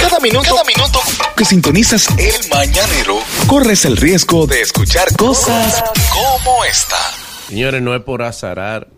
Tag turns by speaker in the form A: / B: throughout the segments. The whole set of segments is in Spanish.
A: Cada minuto, cada minuto que sintonizas el mañanero, corres el riesgo de escuchar cosas como esta.
B: Señores, no es por azarar,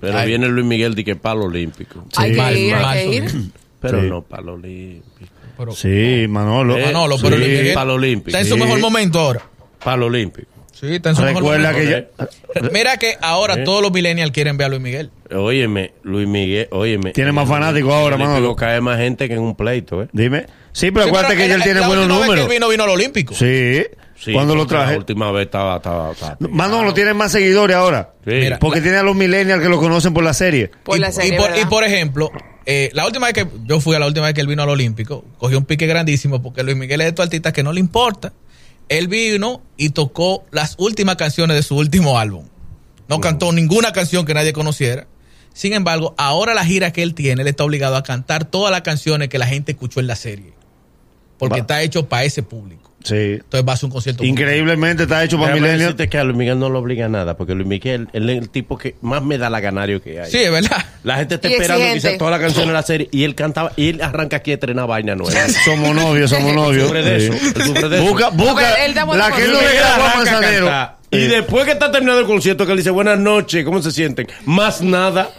B: pero
C: Ay.
B: viene Luis Miguel de que palo olímpico.
D: Hay que
C: mal,
D: ir,
C: mal.
D: hay que ir.
B: Pero
E: Sí.
B: no palo olímpico.
C: Pero-
E: Sí, Manolo.
B: Eh,
C: Manolo, pero
B: sí.
C: Luis Miguel-
B: Palo olímpico.
C: Está en su
B: Sí.
C: mejor momento ahora.
B: Palo olímpico.
C: Sí, está en su
E: Recuerda
C: mejor
E: que
C: momento.
E: ya
C: Mira que ahora todos los millennials quieren ver a Luis Miguel.
B: Óyeme, Luis Miguel, óyeme.
E: tiene más fanáticos ahora,
B: Olímpico
E: Manolo.
B: cae más gente que en un pleito, ¿eh?
E: Dime. Sí, pero
C: Sí,
E: acuérdate
C: pero
E: que
C: él-
E: ya él
C: la
E: tiene buenos
C: última vez que
E: números.
C: él vino, vino al Olímpico.
E: Sí.
B: Sí,
E: Cuando lo
B: porque La
E: traje.
B: última vez estaba... estaba, estaba-
E: Manolo tiene más seguidores ahora.
B: Sí.
C: Mira,
E: Porque tiene a los millennials que lo conocen por la serie.
D: Por
C: y,
D: la serie,
C: y por,
D: ¿verdad?
C: y por ejemplo, eh, la última vez que yo fui a la última vez que él vino al Olímpico, cogió un pique grandísimo porque Luis Miguel es de estos artistas que no le importa. Él vino y tocó las últimas canciones de su último álbum. No cantó ninguna canción que nadie conociera. Sin embargo, ahora la gira que él tiene, él está obligado a cantar todas las canciones que la gente escuchó en la serie. Porque
E: Va.
C: está hecho para ese público.
E: Sí.
C: Entonces va a ser un concierto.
E: Increíblemente está hecho para
B: Déjame
E: millennials.
B: decirte que a Luis Miguel no lo obliga a nada, porque Luis Miguel él es el tipo que más me da la ganario que hay.
C: Sí, es verdad.
B: La gente está
D: Y
B: esperando que
D: exigente.
B: sea toda la canción de la serie y él cantaba y él arranca aquí a estrenar vaina nueva.
E: Somos novios, somos novios.
B: Sufre de eso,
E: Sí.
B: sufre de eso.
E: Busca,
D: No, pero
E: busca.
D: él da buena
E: la que él no
D: conducta. Luis
E: le
B: Miguel
E: da a Juan
B: arranca a
E: Manzanero.
B: cantar. Y
E: Sí.
B: después que está terminado el concierto, que le dice buenas noches, ¿cómo se sienten? Más nada.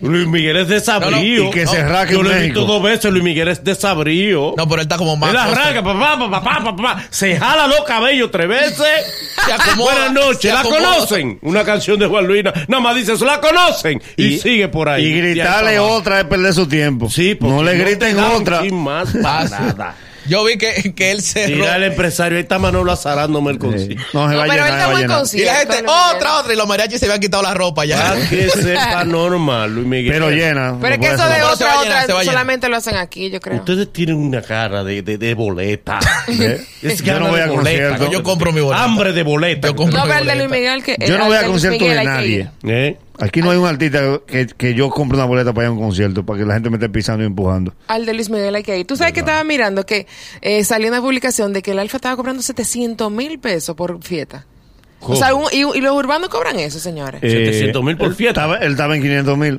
B: Luis Miguel es desabrío.
C: No, no, y
E: que se raque
B: Yo
E: en
B: lo he
E: México.
B: visto dos veces, Luis Miguel es desabrío.
C: No, pero él está como más.
B: él arranca, papá, papá, papá, papá. Se jala los cabellos tres veces.
C: Se acomoda,
B: Buenas
C: se
B: noches, la
C: acomoda.
B: conocen. Una canción de Juan Luina. Nada más dice eso, la conocen. Y, sigue por ahí.
E: Y
B: ahí
E: gritarle
B: para abajo.
E: otra es perder su tiempo.
B: Sí, porque
E: no le
B: te
E: griten
B: dan
E: otra.
B: sin más para
C: Pasa.
B: nada.
C: Yo vi que, que él cerró.
B: Tira al empresario, ahí está Manolo azarándome el
E: Sí.
B: concierto.
E: No se
D: No,
E: va a
D: pero él
E: llenar,
D: está
E: se va a
D: buen
E: llenar.
C: Y
D: concierto.
C: la gente,
D: Luis Miguel.
C: otra, otra. Y los mariachis se habían quitado la ropa ya.
B: Ah, que sepa normal, Luis Miguel.
E: Pero llena. no
D: Pero es que
E: puede
D: eso
E: ser.
D: de
C: No, se va
D: otra,
C: a llenar, se
D: otra,
C: va a llenar.
D: solamente lo hacen aquí, yo creo.
B: Ustedes tienen una cara de, de, de boleta.
E: ¿Eh?
B: Es
E: Yo
B: gana
E: no voy
B: de
E: a
B: boleta,
E: concierto.
C: Yo compro mi boleta.
B: Hambre de boleta.
C: Yo compro-
D: No, pero el de Luis Miguel que...
E: Yo no voy a concierto
D: conciertos
E: de nadie.
B: ¿Eh?
E: Aquí no hay un artista que, que yo compre una boleta para ir a un concierto, para que la gente me esté pisando y empujando.
D: Al de Luis Miguel hay que ir. Tú sabes que estaba mirando que eh, salió una publicación de que el Alfa estaba cobrando 700 mil pesos por fiesta. O sea, un- y, y los urbanos cobran eso, señores.
B: Eh, 700,000 por
E: él
B: fiesta.
E: estaba- Él estaba en 500 mil.
B: eh,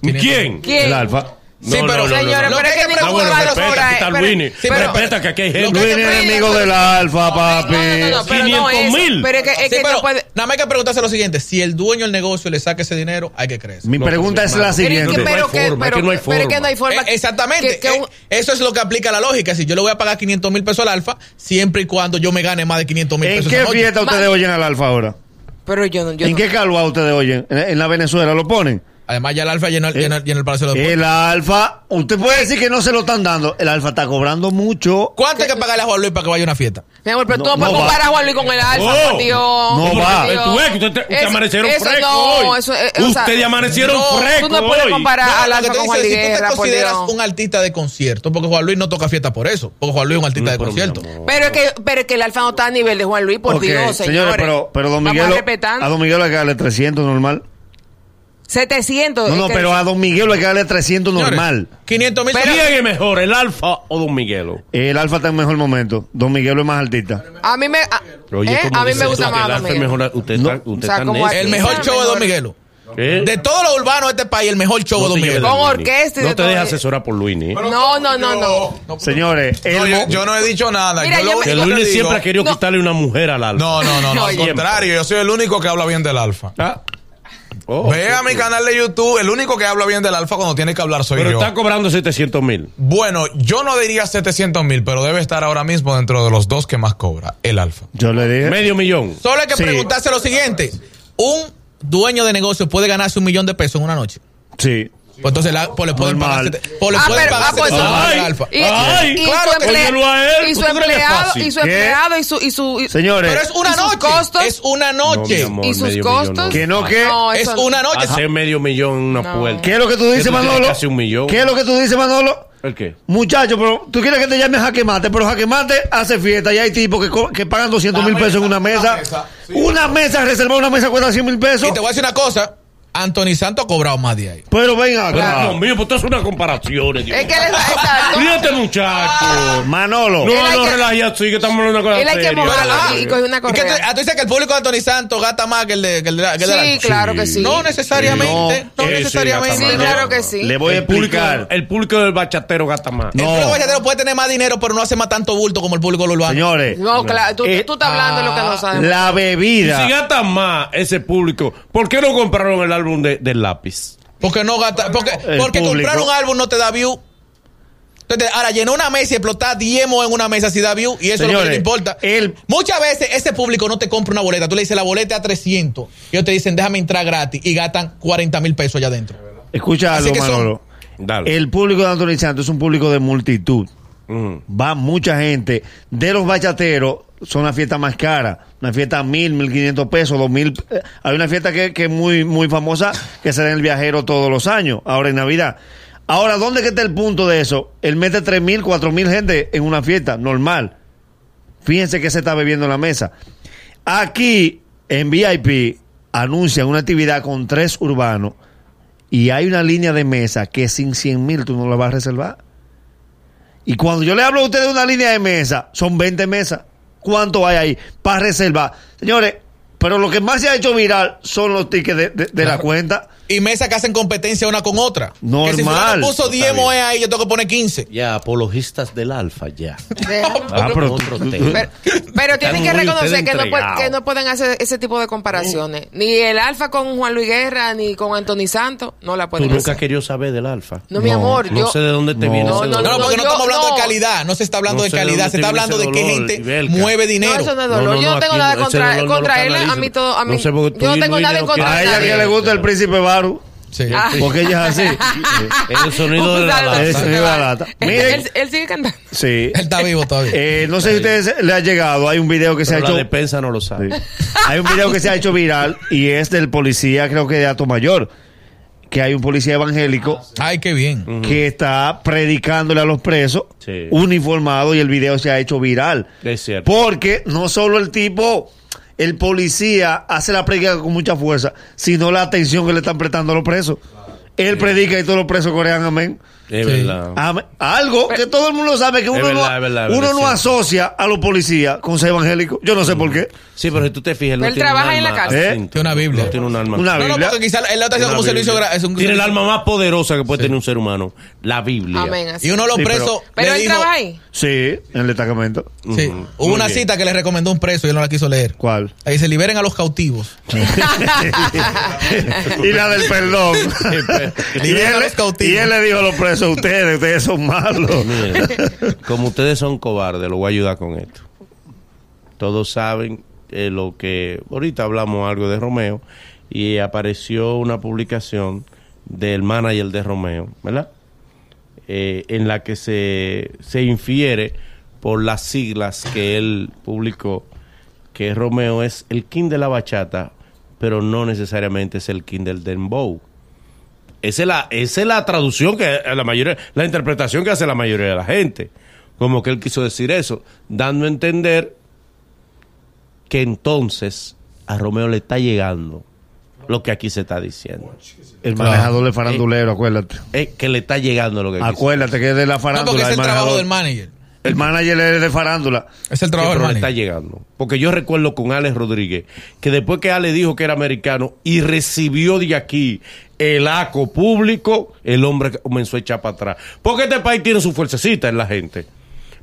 B: ¿Quién?
D: ¿Quién?
E: El alfa.
C: Sí,
B: No,
C: pero-
B: no, no, no,
D: señores,
B: no.
D: pero es que
C: Lo que te
D: ningún
B: Ah, bueno,
C: Pero-
D: urbano
B: respeta,
D: cobra
B: aquí está
D: pero-
B: Luini.
D: pero-
B: Respeta que aquí hay gente.
C: Lo
E: Luis
C: que-
E: era enemigo del alfa, papi.
D: No, no, no, pero no
B: 500
D: eso.
B: mil.
D: Pero es que, es
C: Sí,
D: que
C: pero
D: no puede...
C: Nada más hay que preguntarse lo siguiente: si el dueño del negocio le saca ese dinero, hay que creer.
E: Mi pregunta es la
D: Pero es que,
E: siguiente.
B: no hay
D: pero, que,
B: forma, es
D: pero,
B: que no hay
D: pero es que
B: forma.
D: no hay forma.
C: exactamente.
D: Que- que
C: Eh,
D: un-
C: eso es lo que aplica la lógica. Si yo le voy a pagar 500 mil pesos al alfa, siempre y cuando yo me gane más de 500 mil
E: ¿En
C: pesos.
E: qué
C: esa noche.
E: fiesta ustedes
D: Ma-
E: oyen al alfa ahora?
D: pero yo no... Yo
E: ¿En
D: no.
E: qué calva ustedes oyen? ¿En, en la Venezuela lo ponen?
C: Además, ya el alfa llenó, el-
E: Eh,
C: llenó el- llenó el Palacio de los Deportes.
E: El alfa, usted puede decir que no se lo están dando. El alfa está cobrando mucho.
C: ¿Cuánto hay que pagarle a Juan Luis para que vaya a una fiesta?
D: Mi amor, pero
E: No,
D: tú no puedes
E: no
D: comparar a Juan Luis con el Alfa,
B: No,
D: por Dios.
E: no
D: por
E: va.
D: Dios.
B: Tú ves que usted te- ustedes
D: Eso-
B: amanecieron
D: eso
B: frescos
D: No,
B: hoy.
D: eso, eh, o sea,
B: Ustedes amanecieron
D: no, Tú
B: frescos
D: no puedes
B: hoy.
D: comparar
C: No,
D: al
C: lo
D: Alfa
C: que te
D: con Juan
C: dice, si tú
D: Liguerra,
C: te
D: por
C: consideras
D: Dios.
C: un artista de concierto, porque Juan Luis no toca fiesta por eso, porque Juan Luis es un artista de
B: pero, mi
C: concierto.
B: amor.
D: Pero es que, pero es que el Alfa no está a nivel de Juan Luis, por
E: Ok,
D: Dios, señores.
E: pero, pero Don Miguel,
D: Vamos a
E: lo-
D: respetar.
E: a, Don Miguel hay que darle 300 normal.
D: 700.
E: No,
D: es
E: no,
D: que-
E: pero a Don Miguel hay que darle 300
C: Señores,
E: normal.
C: 500 mil
D: Pero-
B: ¿Quién es mejor, el Alfa o Don Miguelo?
E: El alfa está en mejor momento. Don Miguel es más artista.
D: A mí me, a, ¿eh?
B: ¿cómo
D: a mí
B: dices tú
D: me gusta
B: que
D: más
B: el
D: Don
B: Alfa es
D: Miguel.
B: mejor? Usted
E: No.
B: está, usted
D: O sea,
B: está
D: como
B: necio.
C: El
D: Sí,
C: mejor
D: está
C: show de Don
D: mejor.
C: Miguelo.
B: ¿Eh?
C: De todos los urbanos de este país, el mejor show de
B: No te
C: Don
B: lleves
C: Miguelo.
B: de
D: Con
B: Luini.
D: orquesta y
B: No
D: de
B: te
D: todo.
B: dejes asesorar por Luini. ¿eh?
D: No, no, no, no.
E: Señores,
C: No,
E: el,
C: yo,
E: mo-
C: yo no he dicho nada.
D: Mira,
C: yo
D: yo
C: lo
D: me-
B: Que
C: único
B: Luini
C: te digo-
B: siempre ha querido
D: No.
B: quitarle una mujer al Alfa.
C: No, no, no, no, al
B: Siempre.
F: contrario, yo soy el único que habla bien del alfa.
B: Ah. Oh,
F: Ve a mi canal de YouTube, el único que habla bien del alfa cuando tiene que hablar soy
B: Pero
F: yo.
B: está cobrando 700 mil.
F: Bueno, yo no diría 700 mil, pero debe estar ahora mismo dentro de los dos que más cobra, el alfa.
E: yo le dije.
B: Medio millón.
C: Solo hay que
E: Sí.
C: preguntarse lo siguiente: un dueño de negocio puede ganarse un millón de pesos en una noche.
E: Sí.
C: Pues entonces, la- pues le pueden pagar.
E: Normal.
C: sete- Pues le
D: Ah,
C: pueden
D: pero- ah,
C: pagar.
D: pues,
C: 700
D: ay.
C: al Alfa.
D: Y,
B: Ay,
D: y
B: claro
D: su
B: que-
D: emplea-
B: Óyelo a él,
D: y su
B: ¿tú crees que es
D: empleado,
B: fácil?
D: y su
E: ¿Qué?
D: empleado, y su, y su, y-
E: Señores,
C: Pero es una
D: ¿Y sus
C: noche.
D: costos?
C: Es una noche.
B: No, mi amor,
D: y sus
B: medio
D: costos.
E: Que no, que-
C: es
D: eso no.
C: una noche.
B: Hacer medio millón en una
D: No.
B: puerta.
E: ¿qué es lo que tú
B: Que
E: dices,
B: tú tienes
E: Manolo?
B: casi un millón.
E: ¿Qué es lo que tú dices, Manolo?
B: ¿El qué?
E: Muchacho, pero tú quieres que te llame Jaque Mate, pero Jaque Mate hace fiesta y hay tipos que, co- que pagan 200 mil pesos en una mesa. Una mesa, reservar una mesa cuesta 100 mil pesos.
C: Y te voy a decir una cosa. Anthony Santos ha cobrado más de ahí.
E: Pero venga, acá.
G: Pero, Dios mío, pues tú haces una comparación. Dios
D: Es que
G: mío.
D: él es exacto.
G: Fíjate, muchacho.
E: Manolo.
G: No,
D: Él hay
G: no,
D: que-
G: relajes así, que estamos en una cosa
D: Él hay que
G: seria.
D: mojarlo
G: Ah,
D: y, y coger una
C: ¿Y qué te-
D: correa.
C: ah, tú dices que el público de Anthony Santos gasta más que el de, que el de, que el de
D: Sí,
C: Lancho?
D: claro que sí.
C: No necesariamente,
G: Sí,
C: no
G: sí,
C: necesariamente.
G: gasta
D: Sí,
G: más.
D: claro que sí.
E: Le voy a
G: el, público,
B: eh,
E: explicar.
G: el público del bachatero gasta más.
C: El
E: No.
C: público bachatero puede tener más dinero, pero no hace más tanto bulto como el público del urbano.
E: Señores,
D: No, claro, tú,
E: Eh,
D: tú estás hablando de lo que no sabes.
E: la
G: Si
E: bebida.
G: gasta más ese público, ¿por qué no compraron el álbum de, del lápiz?
C: Porque no gasta. Porque,
E: El
C: porque
E: público.
C: comprar un álbum no te da view. Entonces, ahora llenar una mesa y explotar 10 mo en una mesa si da view y eso es lo que te
E: Señores,
C: importa.
E: el-
C: Muchas veces ese público no te compra una boleta. Tú le dices la boleta a 300 y ellos te dicen déjame entrar gratis y gastan 40 mil pesos allá adentro.
E: Escucha
C: Así
E: algo,
C: que son-
E: Manolo.
G: Dale.
E: El público de Anthony Santos es un público de multitud.
G: Mm.
E: Va mucha gente. De los bachateros son las fiestas más caras. Una fiesta a mil, mil quinientos pesos, dos mil. eh, Hay una fiesta que, que es muy, muy famosa que se da en el viajero todos los años, ahora en Navidad. Ahora, ¿dónde que está el punto de eso? Él mete tres mil, cuatro mil gente en una fiesta normal. Fíjense que se está bebiendo en la mesa. Aquí, en VIP, anuncian una actividad con tres urbanos y hay una línea de mesa que sin 100 mil tú no la vas a reservar. Y cuando yo le hablo a ustedes de una línea de mesa, son 20 mesas. ¿Cuánto hay ahí para reservar? Señores, pero lo que más se ha hecho viral son los tickets de, de- de la cuenta.
C: Y mesas que hacen competencia una con otra. Que si
E: Normal.
C: fulano puso 10 mo ahí, yo tengo que poner 15.
B: Ya, apologistas del alfa, ya.
D: Deja-
E: Ah, pero
B: Otro
E: tú- tú-
B: tema.
D: Pero, pero tienen que
G: Uy,
D: reconocer
G: ustedes
D: que no, pu-
G: entregados.
D: que no pueden hacer ese tipo de comparaciones. Ni el Alfa con Juan Luis Guerra, ni con Anthony Santos, no la
B: Tú
D: pueden
B: nunca
D: hacer.
B: has querido saber del alfa.
D: No, mi amor,
B: No
D: yo...
B: sé de dónde te
E: No.
B: viene
D: No,
B: ese
D: no,
B: dolor.
C: No, no, porque no,
D: yo-
C: estamos hablando
D: no.
C: de calidad. No se está hablando
B: No
C: de
B: sé de
C: calidad.
B: dónde
C: se está
B: te viene
C: hablando
B: ese
C: de que
B: dolor,
C: gente
B: Ibelka.
C: mueve
D: No,
C: dinero.
D: eso no es dolor. yo no tengo
B: aquí
D: nada
B: ese
D: contra,
B: dolor no lo
D: contra él. A
B: canalizo.
D: mí todo. A mí,
B: No sé por qué tú
D: yo no
B: y
D: tengo
B: Luis
D: nada
B: no
D: en contra
E: A
D: de
B: quieren.
E: ella
D: nadie.
E: que le gusta el príncipe Baru,
C: Sí.
D: Ah.
E: porque ella es así.
B: El sonido de la
D: Un
B: lata.
D: saldo.
E: El sonido de la lata.
D: Él-
E: Miren.
D: él- Él sigue cantando.
E: Sí.
C: Él está vivo todavía.
E: Eh, no sé si a ustedes le ha llegado, hay un video que se ha
B: Pero la
E: hecho...
B: despensa no lo sabe.
E: Hay un video que se ha hecho viral y es del policía, creo que de Atomayor, que hay un policía
B: Ah,
E: evangélico
C: Ay, qué bien.
E: que está predicándole a los presos
B: Sí.
E: uniformado y el video se ha hecho viral.
B: Es cierto.
E: Porque no solo el tipo, el policía hace la predica con mucha fuerza, sino la atención que le están prestando a los presos. Él predica y todos los presos corean amén.
B: Es
C: Sí.
B: verdad.
E: Amén. Algo que todo el mundo sabe que uno,
B: verdad,
E: no,
B: es verdad, es
E: uno
B: verdad,
E: no
B: es
E: asocia a los policías con ser evangélicos. Yo no sé por qué.
B: Sí, pero si tú te fijas, él no
D: Él
B: tiene
D: trabaja
B: un
D: en la
B: alma
D: cárcel.
E: ¿Eh?
B: distinta.
C: Tiene una Biblia.
B: No tiene un alma.
E: Una
B: distinta.
C: No, no,
E: Biblia.
C: porque quizás él lo está haciendo como un
G: Una
C: servicio.
G: Biblia.
C: gra- Es un
B: Tiene el
C: servicio-
B: alma más poderosa que puede tener un ser humano. La Biblia.
D: Amén. así.
C: Y uno de los
E: Sí, pero-
C: presos.
D: Pero
C: le
D: él
C: dijo-
D: trabaja ahí.
E: Sí, en el destacamento.
C: Sí.
G: Ujú.
C: Hubo
G: Muy
C: una
G: bien.
C: cita que le recomendó un preso y él no la quiso leer.
E: ¿Cuál?
C: Ahí dice: liberen a los cautivos.
E: y la del perdón. y,
C: Liberen a
E: él,
C: los cautivos.
E: y él le dijo a los presos, ustedes, ustedes son malos.
B: Miren, como ustedes son cobardes, lo voy a ayudar con esto. Todos saben eh, lo que. Ahorita hablamos algo de Romeo y apareció una publicación del manager de Romeo, ¿verdad? Eh, en la que se, se infiere por las siglas que él publicó que Romeo es el king de la bachata, pero no necesariamente es el king del dembow. Esa es la, esa es la traducción que eh, la mayoría, la interpretación que hace la mayoría de la gente. Como que él quiso decir eso, dando a entender que entonces a Romeo le está llegando lo que aquí se está diciendo.
E: El manejador es farandulero, acuérdate.
B: Es que le está llegando lo que
E: Ah,
B: aquí se-
E: Acuérdate que es de la
C: No, porque
E: farándula.
C: es el trabajo
E: manejador.
C: del manager.
E: El manager es de farándula.
C: Es el
B: que
C: trabajo del
B: pero le está
C: manager.
B: llegando. Porque yo recuerdo con Alex Rodríguez, que después que Alex dijo que era americano y recibió de aquí el aco público, el hombre comenzó a echar para atrás. Porque este país tiene su fuercecita en la gente.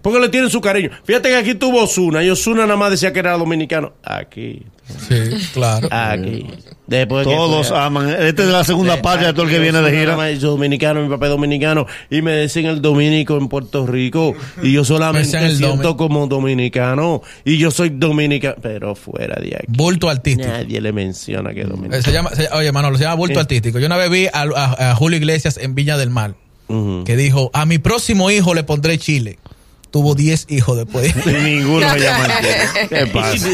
B: Porque le tienen su cariño. Fíjate que aquí tuvo Osuna y Osuna nada más decía que era dominicano. Aquí,
C: Sí, claro.
B: Ah. aquí. Después que
E: Todos
B: fue-
E: aman. Esta es la segunda parte de todo Ah, el que
B: Yo
E: viene de
B: soy
E: gira.
B: nada más dominicano, mi papá es dominicano y me decían el dominico en Puerto Rico y yo solamente
C: Pensé en el
B: siento
C: domi-
B: como dominicano y yo soy dominicano, pero fuera de aquí
C: Bulto artístico.
B: nadie le menciona que es dominicano.
C: Eh, se llama, se- oye, Manolo, se llama bulto artístico. Yo una vez vi a, a- a Julio Iglesias en Viña del Mar,
B: Ujú.
C: que dijo, a mi próximo hijo le pondré chile. Tuvo 10 hijos después.
E: Y ninguno me llama chile. ¿Qué
B: eh,
E: pasa?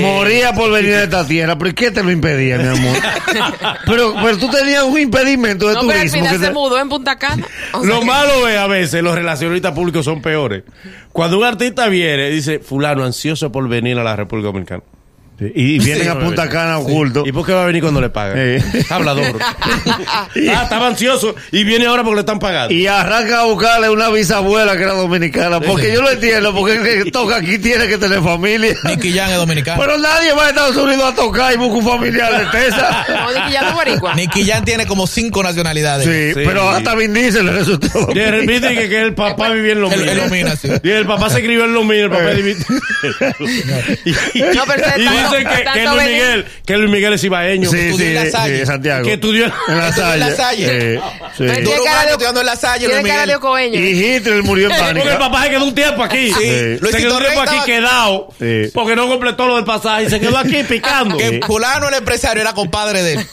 E: Moría por venir a esta tierra. ¿Pero qué te lo impedía, mi amor? Pero, pero tú tenías un impedimento de
D: No, pero al
E: turismo.
D: final
E: que
D: se
E: te-
D: mudó en Punta Cana. O sea
G: Lo
D: que-
G: malo es a veces los relacionistas públicos son peores. Cuando un artista viene, dice, fulano ansioso por venir a la República Dominicana.
E: Sí, Y vienen a Punta Cana oculto.
H: ¿Y por qué va a venir cuando le pagan?
E: Eh.
H: Hablador. ah, estaba ansioso y viene ahora porque le están pagando.
E: Y arranca a buscarle una bisabuela que era dominicana. Porque yo lo entiendo, porque el que toca aquí tiene que tener familia.
C: Nicky Jan es dominicano.
E: Pero nadie va a Estados Unidos a tocar y busca un familiar de Tesa.
D: No, de que ya no boricua.
C: Nicky Jan tiene como cinco nacionalidades.
E: Sí,
H: Sí.
E: pero hasta Vin Diesel le resultó.
B: Y repite que, que el papá vivía en lo
C: Él- él lo
B: mío.
C: mira, sí.
B: Y el papá se escribió en lo mío, el papá
E: Eh.
B: vivi-
D: No, pero ustedes
B: Y dice
D: tanto-
B: que, que
D: tanto
B: Luis
D: ven-
B: Miguel, que Luis Miguel es ibaeño.
E: Sí,
C: estudió en
E: sí,
C: La Salle.
E: sí, Santiago.
B: Que estudió en-
E: en la
C: Estudió
E: Salle.
C: en La Salle.
E: Eh, sí.
D: Pero
C: Duró
D: Tiene
C: un
D: cara
C: año
D: de-
C: estudiando en la Salle, Luis
D: Tiene cara
C: Miguel.
D: de ocoeño.
E: Y Hitler murió en
B: Porque el
E: pánico.
B: papá se quedó un tiempo aquí.
E: Sí.
B: Se
C: Luisito
B: quedó un
C: Rey
B: tiempo aquí
C: estaba-
B: quedado.
E: Sí.
B: Porque no completó lo del pasaje y se quedó aquí picando.
C: Que fulano el empresario era compadre de él.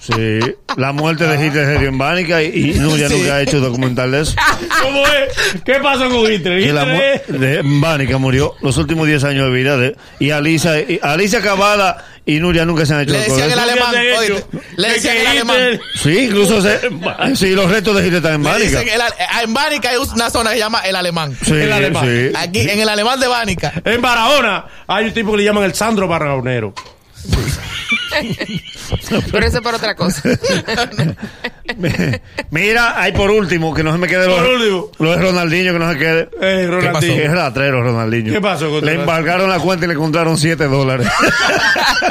E: Sí. La muerte de Hitler se dio en pánico y, y Nuria
C: Sí.
E: nunca ha hecho documental de eso.
B: ¿Cómo es? ¿Qué pasó con Hitler?
E: que la mu-
B: Ah, Hitler es-
E: de Vánica murió los últimos 10 años de vida de, y Alicia y, Alicia Cavada y Nuria nunca se han hecho
C: Le
E: algo de
C: decían
E: eso.
C: el
B: ¿Qué
C: alemán.
B: te he hecho?
C: oíste. Le
B: Que
C: decían
B: que
C: el alemán.
B: Hitler-
E: Sí, incluso se, sí, los restos de Hitler están en
C: Le
E: Vánica.
C: dicen el ale- ah, en Bánica hay una zona que se llama el alemán.
E: Sí,
B: el alemán.
E: sí.
C: Aquí, en el alemán de Bánica.
B: En Barahona hay un tipo que le llaman el Sandro Barahonero.
D: Pero eso es por otra cosa.
E: Mira, hay por último, que no se me quede
B: Por
E: lo,
B: último.
E: lo de Ronaldinho, que no se quede.
B: Eh, Ronaldinho.
E: Es ratrero Ronaldinho.
B: ¿Qué pasó con
E: Le
B: Ronaldinho?
E: embargaron la cuenta y le encontraron 7 dólares.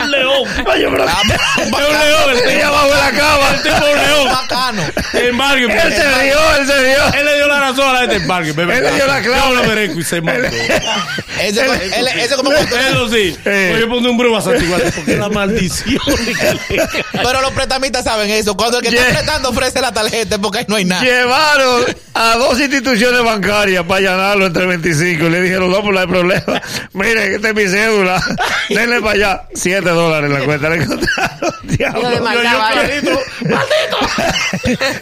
B: Un león.
E: Oye, pero...
B: Es Ah, un león. El
E: Ella
B: tipo,
E: abajo de la cama.
B: el tipo es un león.
C: Bacano.
B: Embargue.
E: Él se rió, él se rió.
B: Él le dio la razón a la gente embargue.
E: Él le dio la clave.
B: Yo lo merezco y se mandó.
C: Ese, él- ese como
B: Eso sí.
E: Eh.
B: Oye, ponte un brujo a Santiago. Porque la maldición.
C: Pero los prestamistas saben eso. Cuando el que
E: Yeah.
C: está prestando ofrece la tarjeta es porque ahí no hay nada.
E: Llevaron a dos instituciones bancarias para allanarlo entre 25 y le dijeron, no, pues no hay problema. Miren, esta es mi cédula. Denle para allá. 7 dólares en la cuenta le encontraron.
D: Lo de
E: Diablo.
D: maldad,
B: yo,
D: vale.
B: clarito.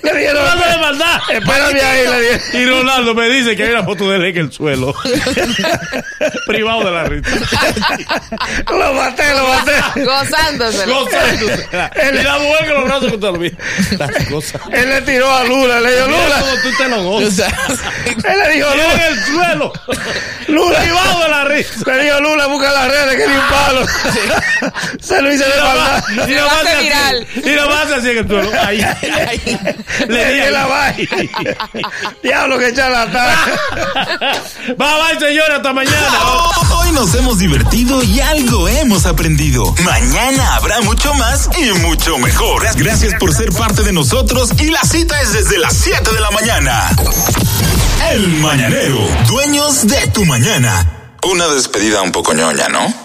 E: Le dijeron,
B: Hablando de maldad.
E: espérame ahí. Le dijeron,
B: Y Ronaldo me dice que hay una foto de él en el suelo. Privado de la risa.
E: lo maté, lo maté.
D: Gozándoselo.
B: Gozándose. Y la mujer con los brazos contra los pies. Las cosas.
E: Él le tiró a Lula, le dijo,
B: Mira
E: Lula.
B: cómo tú te lo
C: O
B: gozas.
C: sea,
E: Él le dijo,
B: En
E: Lula,
B: el suelo.
E: Lula.
B: Privado de la risa.
E: Le dijo, Lula, busca las redes, que ni un palo. Se lo hice de maldad.
B: Y
D: Se
B: lo
D: va a
B: hace
D: hacer
B: así. Y lo hace así en el suelo. Ahí.
C: ahí-
E: Le
B: Le di
E: dije
B: ahí.
E: la vaina. Diablo, que charlatán.
B: Bye bye, señora. Hasta mañana.
I: Hoy nos hemos divertido y algo hemos aprendido. Mañana habrá mucho más y mucho mejor. Gracias por ser parte de nosotros y la cita es desde las 7 de la mañana. El Mañanero, dueños de tu mañana.
J: Una despedida un poco ñoña, ¿no?